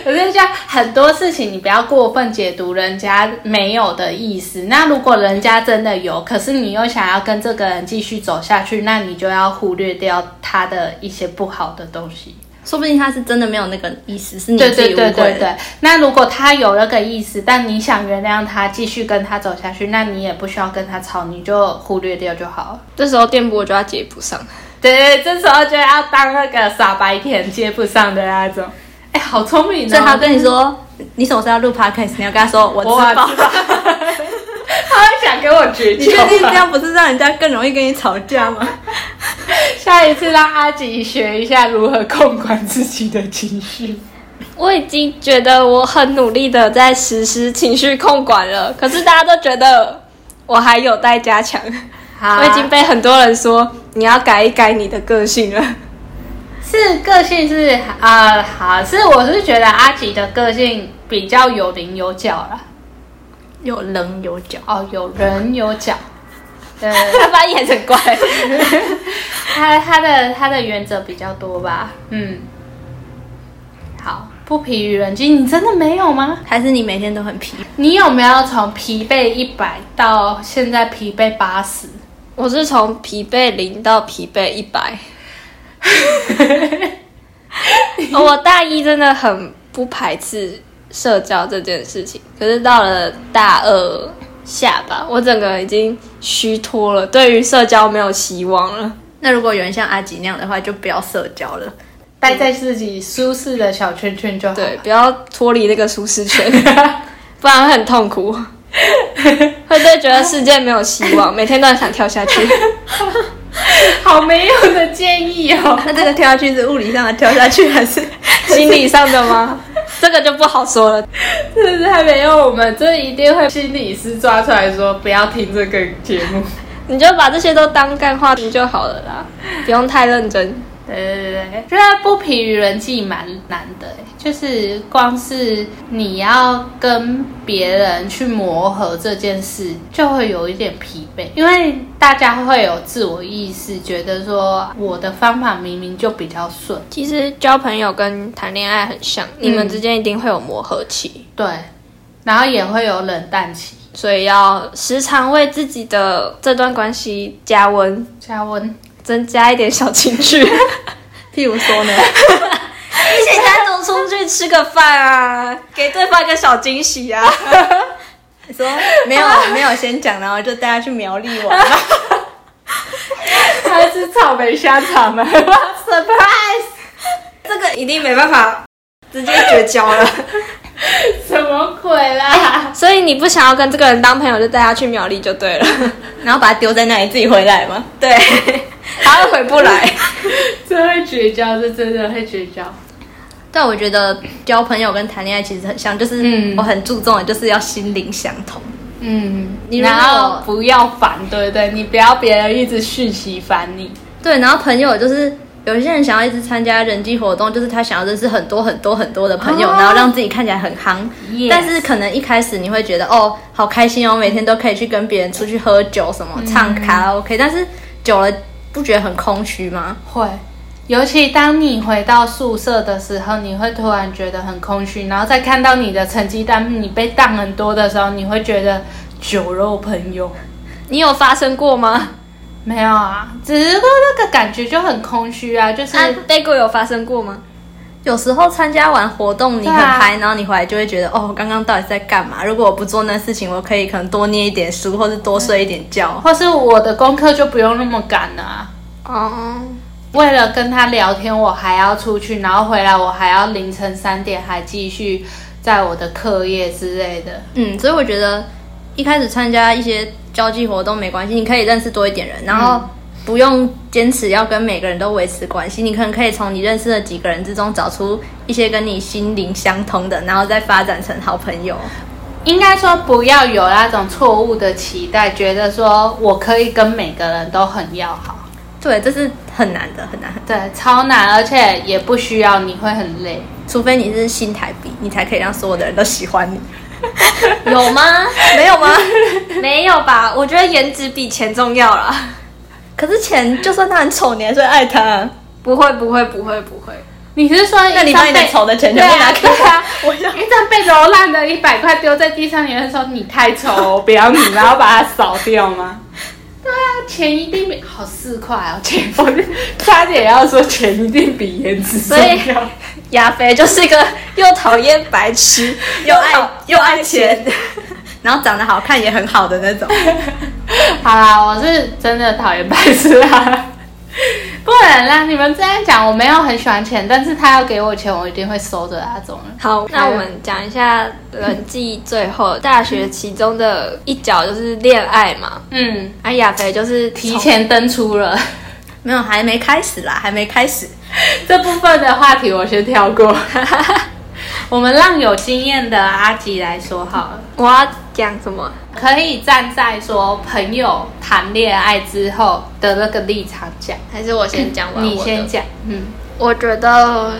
S1: 我就觉得很多事情你不要过分解读人家没有的意思。那如果人家真的有，可是你又想要跟这个人继续走下去，那你就要忽略掉他的一些不好的东西。
S3: 说不定他是真的没有那个意思，是你
S1: 对
S3: 自己
S1: 嗯对
S3: 误会
S1: 对
S3: 了。
S1: 对对。那如果他有那个意思，但你想原谅他，继续跟他走下去，那你也不需要跟他吵，你就忽略掉就好了。
S2: 这时候电波就要接不上。
S1: 对，这时候就要当那个傻白甜接不上的那种。哎，好聪明哦！
S3: 所以他跟你说，你什么时候要录 podcast？你要跟他说我知
S1: 我啊知道
S3: 道。，
S1: 他会想跟我绝
S3: 你
S1: 交
S3: 确
S1: 吧。
S3: 定这样不是让人家更容易跟你吵架吗？
S1: 下一次让阿吉学一下如何控管自己的情绪。
S2: 我已经觉得我很努力的在实施情绪控管了，可是大家都觉得我还有待加强。
S1: 好啊
S2: 我已经被很多人说你要改一改你的个性了。
S1: 是个性是呃好，是我是觉得阿吉的个性比较有棱有角啦。
S3: 有棱有角，
S1: 哦，有棱有角。呃，
S2: 他把眼神怪，
S1: 他他的他的原则比较多吧。嗯，好，不疲于人间，你真的没有吗？
S3: 还是你每天都很疲？
S1: 你有没有从疲惫一百到现在疲惫八十？
S2: 我是从疲惫零到疲惫一百。哦我大一真的很不排斥社交这件事情，可是到了大二下吧，我整个已经虚脱了，对于社交没有希望了。
S3: 那如果有人像阿吉那样的话，就不要社交了。
S1: 待在自己舒适的小圈圈就好了。
S2: 对，不要脱离那个舒适圈， 不然会很痛苦，会对觉得世界没有希望，每天都很想跳下去。
S1: 好没用的建议哦。
S3: 那这个跳下去是物理上的跳下去，还是
S2: 心理上的吗？这个就不好说了。
S1: 真的太没用，我们这一定会心理师抓出来说不要听这个节目。
S2: 你就把这些都当干话听就好了啦，不用太认真。
S1: 对对对对，觉得不疲于人际蛮难的欸，就是光是你要跟别人去磨合这件事，就会有一点疲惫，因为大家会有自我意识，觉得说我的方法明明就比较顺，
S2: 其实交朋友跟谈恋爱很像，你们之间一定会有磨合期，
S1: 对，然后也会有冷淡期。
S2: 所以要时常为自己的这段关系加温，
S1: 加温，
S2: 增加一点小情 趣。
S3: 譬如说呢？
S2: 一起单独出去吃个饭啊，给对方一个小惊喜啊。
S3: 你说没有啊没有先讲，然后就带他去苗栗玩吧。
S1: 还是草莓香肠吗？surprise！
S2: 这个一定没办法直接绝交了。
S1: 什么鬼啦？
S2: 所以你不想要跟这个人当朋友，就带他去苗栗就对了。
S3: 然后把它丢在那里，自己回来吗？
S2: 对，他会回不来。
S1: 这会绝交，这真的会绝交。
S3: 但我觉得交朋友跟谈恋爱其实很像，就是
S1: 嗯
S3: 我很注重的就是要心灵相通。
S1: 嗯，
S3: 你如果
S1: 然后不要烦，对不对？你不要别人一直讯息烦你。
S3: 对，然后朋友就是有些人想要一直参加人际活动，就是他想要认识很多很多很多的朋友，
S1: 哦
S3: 然后让自己看起来很夯。
S1: Yes
S3: 但是可能一开始你会觉得哦，好开心哦，每天都可以去跟别人出去喝酒什么、唱
S2: 嗯
S3: 卡拉 OK，但是久了不觉得很空虚吗？
S1: 会，尤其当你回到宿舍的时候，你会突然觉得很空虚，然后再看到你的成绩单，你被当很多的时候，你会觉得酒肉朋友
S2: 你有发生过吗？
S1: 没有啊，只是那个感觉就很空虚啊，就是、
S2: 那 Bagel 有发生过吗？
S3: 有时候参加完活动你很
S1: 对啊
S3: 嗨，然后你回来就会觉得哦，刚刚到底在干嘛？如果我不做那事情，我可以可能多念一点书，或是多睡一点觉。
S1: 或是我的功课就不用那么赶了、啊。
S2: 哦，
S1: 为了跟他聊天，我还要出去，然后回来我还要凌晨三点还继续在我的课业之类的。
S3: 嗯，所以我觉得一开始参加一些交际活动没关系，你可以认识多一点人，然
S1: 嗯
S3: 后不用坚持要跟每个人都维持关系，你可能可以从你认识的几个人之中找出一些跟你心灵相通的，然后再发展成好朋友。
S1: 应该说不要有那种错误的期待，觉得说我可以跟每个人都很要好，
S3: 对，这是很难的，很难，
S1: 对，超难，而且也不需要，你会很累。
S3: 除非你是新台币，你才可以让所有的人都喜欢你。
S2: 有吗？
S3: 没 有吗？
S2: 没有吧？我觉得颜值比钱重要啦。
S3: 可是钱，就算他很丑，你还是会爱他啊、
S2: 不会，不会，不会，不会。
S1: 你是说一张被，
S3: 那你把你的丑的钱全部拿给
S1: 对啊
S3: 我，我
S1: 对
S3: 就
S1: 啊，一张被揉烂的一百块丢在地上，你会说你太丑了，我不要你，然后把它扫掉吗？对啊，钱一定比好四块哦，钱 我差点要说钱一定比颜值重
S2: 所以
S1: 要。
S2: 亚肥就是个又讨厌白痴
S3: 又爱又爱钱， 然后长得好看也很好的那种。
S1: 好啦，我是真的讨厌白痴啊！ 不然啦，你们这样讲，我没有很喜欢钱，但是他要给我钱，我一定会收的那种人。
S2: 好，那我们讲一下人际最后 大学其中的一角就是恋爱嘛。
S1: 嗯，
S2: 啊，亚肥就是
S1: 提前登出了
S3: 没有，还没开始啦，还没开始。
S1: 这部分的话题，我先跳过。 我们让有经验的阿吉来说好了，
S2: 从，我要讲什么？
S1: 可以站在说朋友谈恋爱之后的那个立场讲。
S2: 还是我先讲完？
S1: 你先。讲，嗯，
S2: 我觉得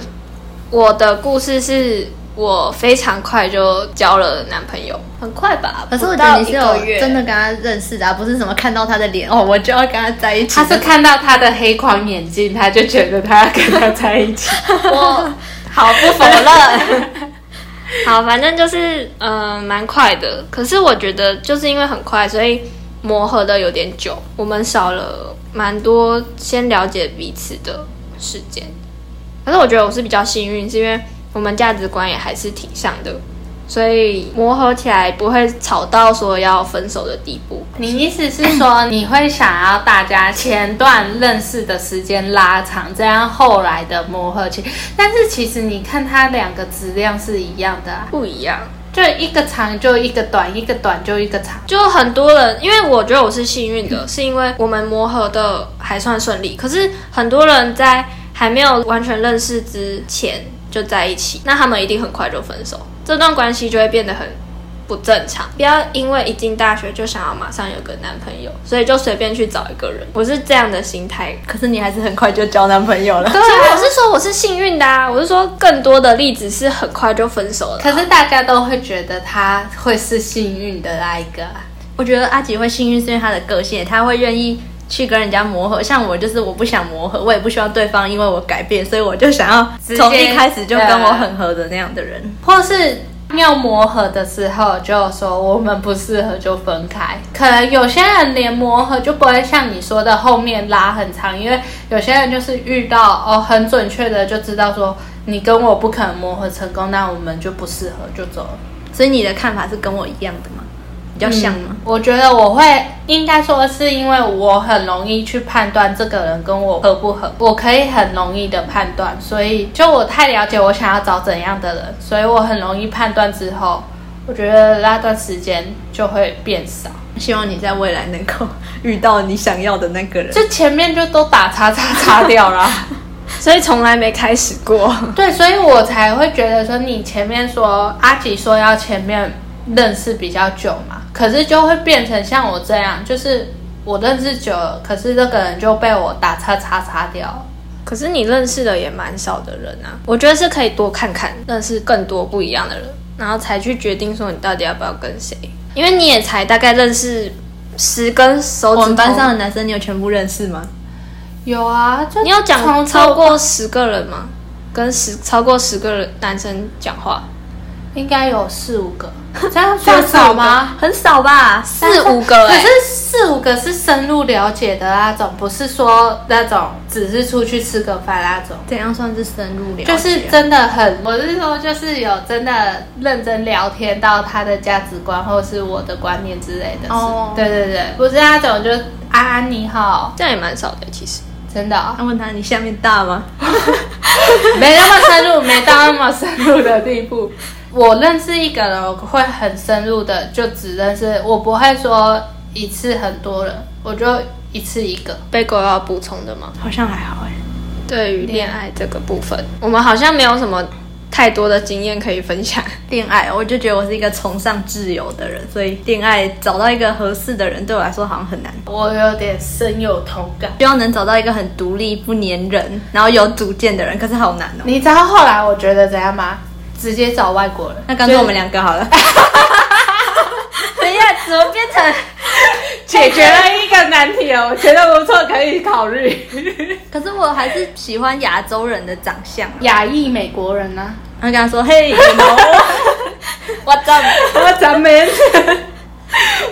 S2: 我的故事是我非常快就交了男朋友，很快吧？
S3: 可是我
S2: 不
S3: 觉
S2: 到
S3: 得你是
S2: 一个
S3: 有
S2: 月
S3: 真的跟他认识的、啊，不是什么看到他的脸哦，我就要跟他在一起。
S1: 他是看到他的黑框眼镜，他就觉得他要跟他在一起。
S2: 我好不否认。 好，反正就是嗯，呃蛮、快的。可是我觉得就是因为很快，所以磨合的有点久，我们少了蛮多先了解彼此的时间。可是我觉得我是比较幸运，是因为我们价值观也还是挺像的，所以磨合起来不会吵到说要分手的地步。
S1: 你意思是说，你会想要大家前段认识的时间拉长，这样后来的磨合期？但是其实你看，它两个质量是一样的、啊，
S2: 不一样，
S1: 就一个长就一个短，一个短就一个长。
S2: 就很多人，因为我觉得我是幸运 的，是因为我们磨合的还算顺利。可是很多人在还没有完全认识之前就在一起，那他们一定很快就分手，这段关系就会变得很不正常。不要因为一进大学就想要马上有个男朋友，所以就随便去找一个人。我是这样的心态。
S3: 可是你还是很快就交男朋友了。
S2: 所以我是说我是幸运的啊，我是说更多的例子是很快就分手了啊。
S1: 可是大家都会觉得他会是幸运的那一个、啊，
S3: 我觉得阿吉会幸运是因为他的个性，他会愿意去跟人家磨合。像我就是我不想磨合，我也不希望对方因为我改变，所以我就想
S1: 直接
S3: 要从一开始就跟我很合的那样的人。
S1: 或是要磨合的时候，就说我们不适合就分开。可能有些人连磨合就不会像你说的后面拉很长，因为有些人就是遇到哦很准确的就知道说你跟我不可能磨合成功，那我们就不适合就走了。
S3: 所以你的看法是跟我一样的吗？比较像吗？
S1: 嗯我觉得我会应该说是因为我很容易去判断这个人跟我合不合，我可以很容易的判断，所以就我太了解我想要找怎样的人，所以我很容易判断之后，我觉得那段时间就会变少，
S3: 希望你在未来能够遇到你想要的那 个人。
S1: 就前面就都打叉叉叉掉啊啦。
S2: 所以从来没开始过。
S1: 对，所以我才会觉得说，你前面说阿吉说要前面认识比较久嘛，可是就会变成像我这样，就是我认识久了，可是这个人就被我打叉叉叉掉了。
S2: 可是你认识的也蛮少的人啊，我觉得是可以多看看，认识更多不一样的人，然后才去决定说你到底要不要跟谁，因为你也才大概认识十根手指
S3: 我们班
S2: 头
S3: 上的男生，你有全部认识吗？
S1: 有啊，就
S2: 你有讲
S1: 从
S2: 超过十个人吗？跟十超过十个人男生讲话，
S1: 应该有四五 个，这样算少吗？？
S3: 啊很少吧。
S2: 四五个
S1: 可
S2: 哎、
S1: 是四五个是深入了解的那种，不是说那种只是出去吃个饭那种，
S3: 怎样算是深入了解啊？
S1: 就是真的很，我是说就是有真的认真聊天到他的价值观或是我的观念之类的事。
S3: 哦
S1: 对对对，不是那种就安安你好，
S2: 这样也蛮少的其实。
S1: 真的哦、
S3: 那问他你下面大吗？
S1: 没那么深入，没到那么深入的地步。我认识一个人，我会很深入的，就只认识，我不会说一次很多人，我就一次一个。
S2: 贝果要补充的吗？
S3: 好像还好哎。
S2: 对于恋爱这个部分，我们好像没有什么太多的经验可以分享。
S3: 恋爱，我就觉得我是一个崇尚自由的人，所以恋爱找到一个合适的人对我来说好像很难。
S1: 我有点深有同感。
S3: 希望能找到一个很独立、不粘人，然后有主见的人，可是好难哦。
S1: 你知道后来我觉得怎样吗？直接找外国人。
S3: 那干脆我们两个好 了。等一下，怎么变成？
S1: 解决了一个难题哦，我觉得不错，可以考虑。
S3: 可是我还是喜欢亚洲人的长相。
S1: 亚裔美国人啊呢、
S3: 然后跟他说：“嘿，你 What's up？
S1: 我咱们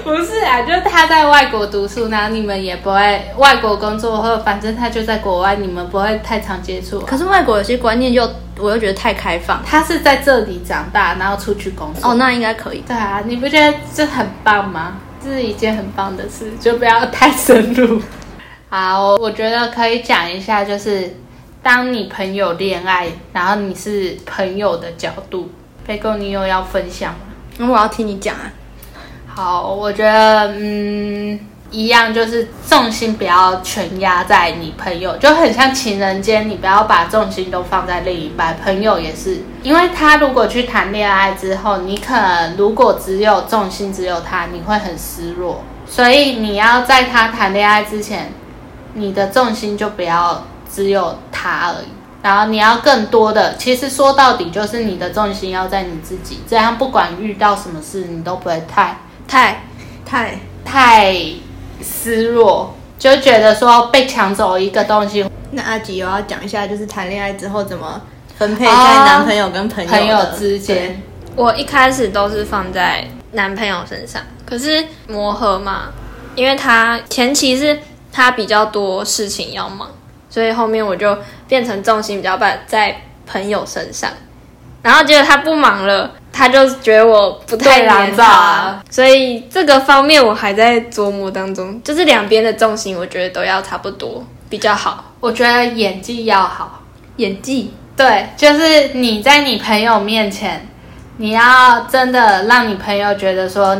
S1: 不是啊，就是他在外国读书，然后你们也不会外国工作，或者反正他就在国外，你们不会太常接触啊、
S3: 可是外国有些观念就，我又觉得太开放。
S1: 他是在这里长大，然后出去工作。
S3: 哦，那应该可以。
S1: 对啊，你不觉得这很棒吗？这是一件很棒的事，就不要太深入。 好，我觉得可以讲一下，就是当你朋友恋爱，然后你是朋友的角度，贝哥，你有要分享吗？
S3: 那我要听你讲啊。
S1: 好，我觉得嗯，一样就是重心不要全压在你朋友，就很像情人间，你不要把重心都放在另一半，朋友也是，因为他如果去谈恋爱之后，你可能如果只有重心只有他，你会很失落，所以你要在他谈恋爱之前，你的重心就不要只有他而已，然后你要更多的，其实说到底就是你的重心要在你自己，这样不管遇到什么事，你都不会太
S2: 太
S3: 太
S1: 太失落，就觉得说被抢走一个东西，
S3: 那阿吉有要讲一下，就是谈恋爱之后怎么分配在男朋友跟朋友的
S1: 啊朋友之间，
S2: 我一开始都是放在男朋友身上，可是磨合嘛，因为他前期是他比较多事情要忙，所以后面我就变成重心比较摆在朋友身上，然后结果他不忙了，他就觉得我不太
S1: 对啦
S2: 黏
S1: 知道
S2: 他
S1: 啊，
S2: 所以这个方面我还在琢磨当中，就是两边的重心我觉得都要差不多比较好。
S1: 我觉得演技要好。
S3: 演技。
S1: 对，就是你在你朋友面前，你要真的让你朋友觉得说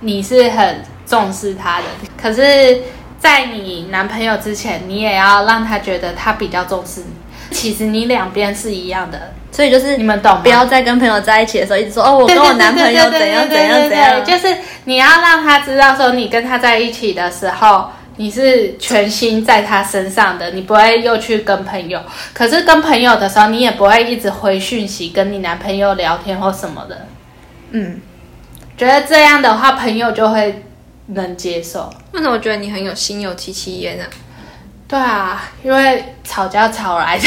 S1: 你是很重视他的，可是，在你男朋友之前，你也要让他觉得他比较重视你。其实你两边是一样的，
S3: 所以就是
S1: 你们懂吗？
S3: 不要在跟朋友在一起的时候一直说哦，我跟我男朋友怎样怎样怎样，
S1: 就是你要让他知道说，你跟他在一起的时候，你是全心在他身上的，你不会又去跟朋友。可是跟朋友的时候，你也不会一直回讯息跟你男朋友聊天或什么的。
S3: 嗯，
S1: 觉得这样的话，朋友就会能接受。
S2: 为什么我觉得你很有心有戚戚焉啊？
S1: 对啊，因为吵架吵来的，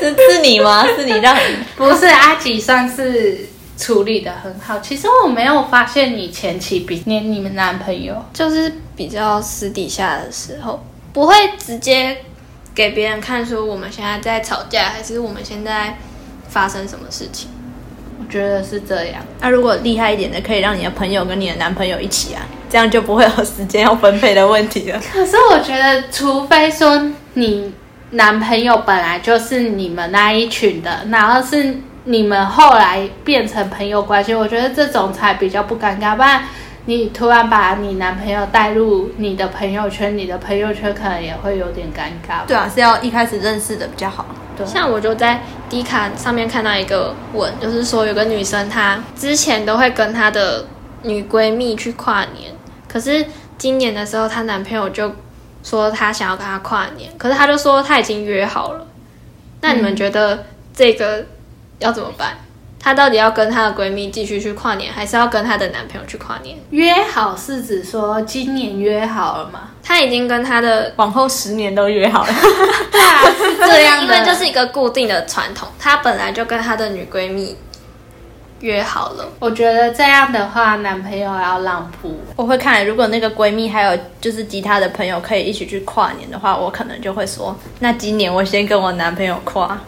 S3: 是 是你吗？是你让
S1: 不是阿吉算是处理的很好。其实我没有发现你前期比你你们男朋友。
S2: 就是比较私底下的时候，不会直接给别人看说我们现在在吵架，还是我们现在发生什么事情。
S1: 我觉得是这样。
S3: 那、如果厉害一点的，可以让你的朋友跟你的男朋友一起啊，这样就不会有时间要分配的问题了。
S1: 可是我觉得，除非说你男朋友本来就是你们那一群的，然后是你们后来变成朋友关系，我觉得这种才比较不尴尬。不然你突然把你男朋友带入你的朋友圈，你的朋友圈可能也会有点尴尬。
S3: 对啊，是要一开始认识的比较好。
S1: 对，
S2: 像我就在 D 卡上面看到一个文，就是说有个女生她之前都会跟她的女闺蜜去跨年，可是今年的时候她男朋友就说他想要跟他跨年，可是他就说他已经约好了。那你们觉得这个要怎么办？她到底要跟她的闺蜜继续去跨年，还是要跟她的男朋友去跨年？
S1: 约好是指说今年约好了吗？
S2: 她已经跟她的
S3: 往后十年都约 好了。
S1: 对啊，是 这样
S2: 因
S1: 的，
S2: 为就是一个固定的传统，她本来就跟她的女闺蜜约好了。
S1: 我觉得这样的话，男朋友要让步。
S3: 我会看，如果那个闺蜜还有就是其他的朋友可以一起去跨年的话，我可能就会说，那今年我先跟我男朋友跨。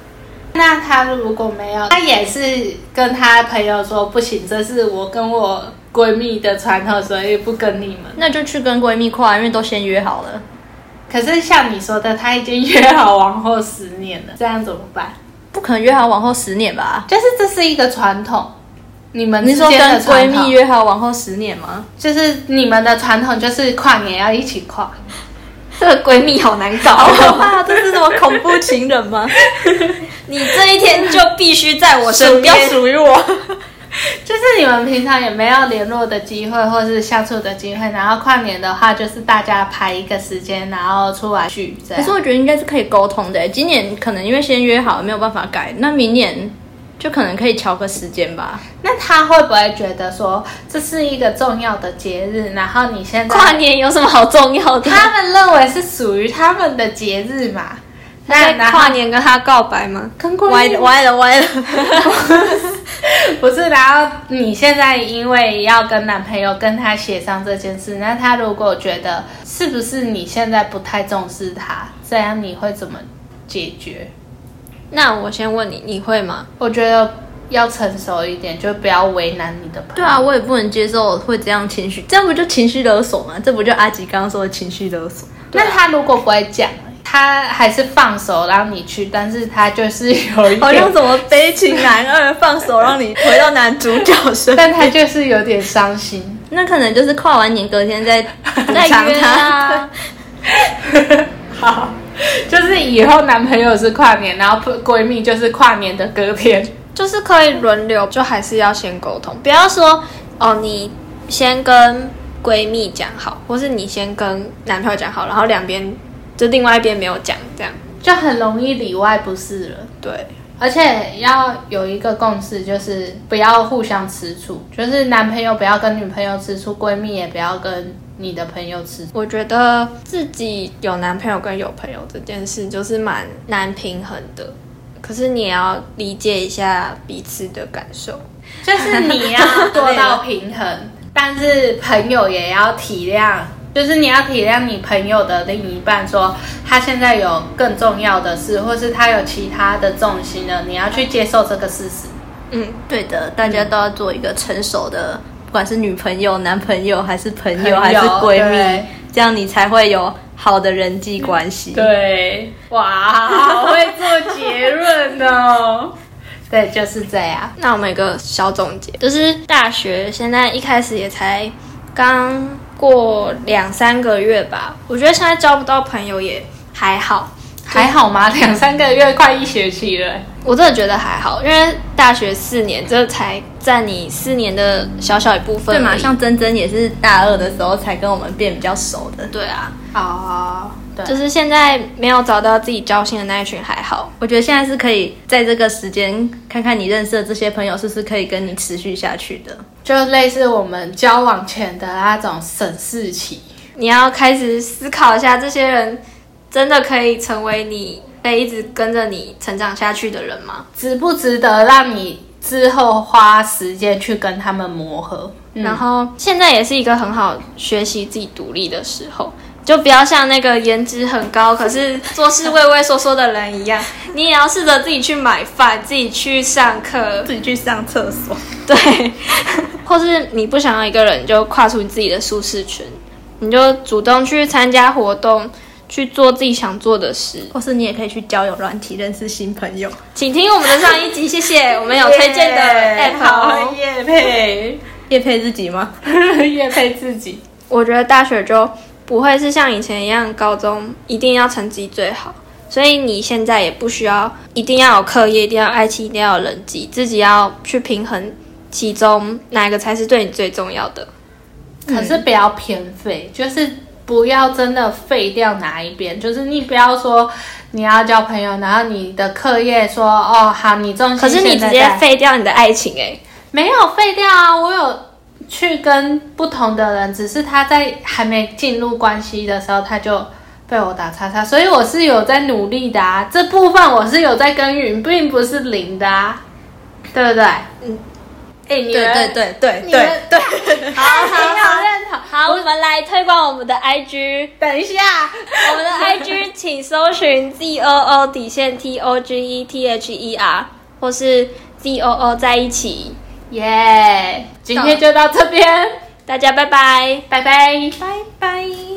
S1: 那他如果没有，他也是跟他朋友说不行，这是我跟我闺蜜的传统，所以不跟你们。
S3: 那就去跟闺蜜跨，因为都先约好了。
S1: 可是像你说的，他已经约好往后十年了，这样怎么办？
S3: 不可能约好往后十年吧？
S1: 就是这是一个传统，你们
S3: 啊你
S1: 之
S3: 说跟
S1: 间的
S3: 闺
S1: 传
S3: 蜜
S1: 统，
S3: 约好往后十年 吗？
S1: 就是你们的传统就是跨年要一起跨。
S2: 这个闺蜜 好难搞
S3: 好可怕！这是什么恐怖情人 吗？
S2: 你这一天就必须在我
S3: 属
S2: 身
S3: 不要
S2: 边。
S3: 属于我。
S1: 就是你们平常也没有联络的机会，或是相处的机会，然后跨年的话，就是大家排一个时间，然后出来聚这
S3: 可是
S1: 样。
S3: 我觉得应该是可哎以沟通的。哎今年可能因为先约好，没有办法改，那明年就可能可以调个时间 吧。
S1: 那他会不会觉得说这是一个重要的节日，然后你现在
S2: 跨年有什么好重要 的？
S1: 他们认为是属于他们的节日嘛？那
S2: 在
S1: 然
S2: 跨
S1: 后
S2: 年跟她告白吗？
S1: 跟闺蜜
S3: 歪了歪了 歪了，
S1: 不是，然后你现在因为要跟男朋友跟他协商这件事，那他如果觉得是不是你现在不太重视他，这样你会怎么解决？
S2: 那我先问你，你会吗？
S1: 我觉得要成熟一点，就不要为难你的朋友。
S3: 对啊，我也不能接受会这样情绪，这样不就情绪勒索吗？这不就阿吉刚刚说的情绪勒索？
S1: 那他如果不会讲，他还是放手让你去，但是他就是有一
S3: 好
S1: 点，
S3: 像怎么悲情男二放手让你回到男主角身边，
S1: 但他就是有点伤心。
S3: 那可能就是跨完年隔天再再
S2: 再
S3: 约
S2: 约
S3: 他。
S2: 啊，
S1: 好，就是以后男朋友是跨年，然后闺蜜就是跨年的隔天。
S2: 就是可以轮流，就还是要先沟通，不要说哦，你先跟闺蜜讲好，或是你先跟男朋友讲好，然后两边就另外一边没有讲，这样
S1: 就很容易里外不是人，
S2: 对。
S1: 而且要有一个共识，就是不要互相吃醋，就是男朋友不要跟女朋友吃醋，闺蜜也不要跟你的朋友吃醋。
S2: 我觉得自己有男朋友跟有朋友这件事就是蛮难平衡的，可是你也要理解一下彼此的感受。
S1: 就是 你要做到平衡，但是朋友也要体谅，就是你要体谅你朋友的另一半说，他现在有更重要的事，或是他有其他的重心了，你要去接受这个事 实。
S2: 嗯，
S3: 对的，大家都要做一个成熟的，不管是女朋友、男朋友，还是朋
S1: 朋
S3: 友，
S1: 友
S3: 还是闺蜜
S1: 对，
S3: 这样你才会有好的人际关系。，
S1: 对，哇，好会做结论哦。 对，就是这样。
S2: 那我们有个小总结，就是大学现在一开始也才刚过两三个月吧，我觉得现在交不到朋友也还好，
S1: 还好吗？两三个月，快一学期了。
S2: 我真的觉得还好，因为大学四年这才占你四年的小小一部
S3: 对
S2: 分而已，
S3: 嘛？像珍珍也是大二的时候才跟我们变比较熟的。
S2: 对啊，
S1: 哦，对，
S2: 就是现在没有找到自己交心的那一群还好，
S3: 我觉得现在是可以在这个时间看看你认识的这些朋友是不是可以跟你持续下去的。
S1: 就类似我们交往前的那种审视期。
S2: 你要开始思考一下，这些人真的可以成为你被一直跟着你成长下去的人吗？
S1: 值不值得让你之后花时间去跟他们磨 合？
S2: 然后现在也是一个很好学习自己独立的时候，就不要像那个颜值很高，可是做事畏畏缩缩的人一样， 你也要试着自己去买饭，自己去上课，
S3: 自己去上厕所。
S2: 对， 或是你不想要一个人，就跨出自己的舒适圈，你就主动去参加活动，去做自己想做的事。
S3: 或是你也可以去交友软体认识新朋友。
S2: 请听我们的上一集，谢谢，我们有推荐的 app 哦。
S1: 叶配，
S3: 叶配自己吗？
S1: 叶配自己。
S2: 我觉得大学就不会是像以前一样，高中一定要成绩最好，所以你现在也不需要一定要有课业，一定要爱情，一定要有人际，自己要去平衡其中哪一个才是对你最重要的。
S1: 可是不要偏废，就是不要真的废掉哪一边，就是你不要说你要交朋友，然后你的课业说哦好，你重心
S2: 可是你
S1: 现在
S2: 直接
S1: 在
S2: 废掉你的爱情哎、
S1: 没有废掉啊，我有去跟不同的人，只是他在还没进入关系的时候，他就被我打叉叉，所以我是有在努力的啊，这部分我是有在耕耘，并不是零的啊，对不对？嗯，哎、你
S3: 对
S1: 们
S3: 对对对
S1: 你
S3: 对
S1: 们
S3: 对，
S1: 好好好认同。
S2: 好，我们来推广我们的 IG，
S1: 等一下，
S2: 我们的 IG 请搜寻 Z O O 底线 T O G E T H E R，或是 Z O O 在一起。
S1: 耶、今天就到这边，
S2: 大家拜拜。
S1: 拜拜，拜拜。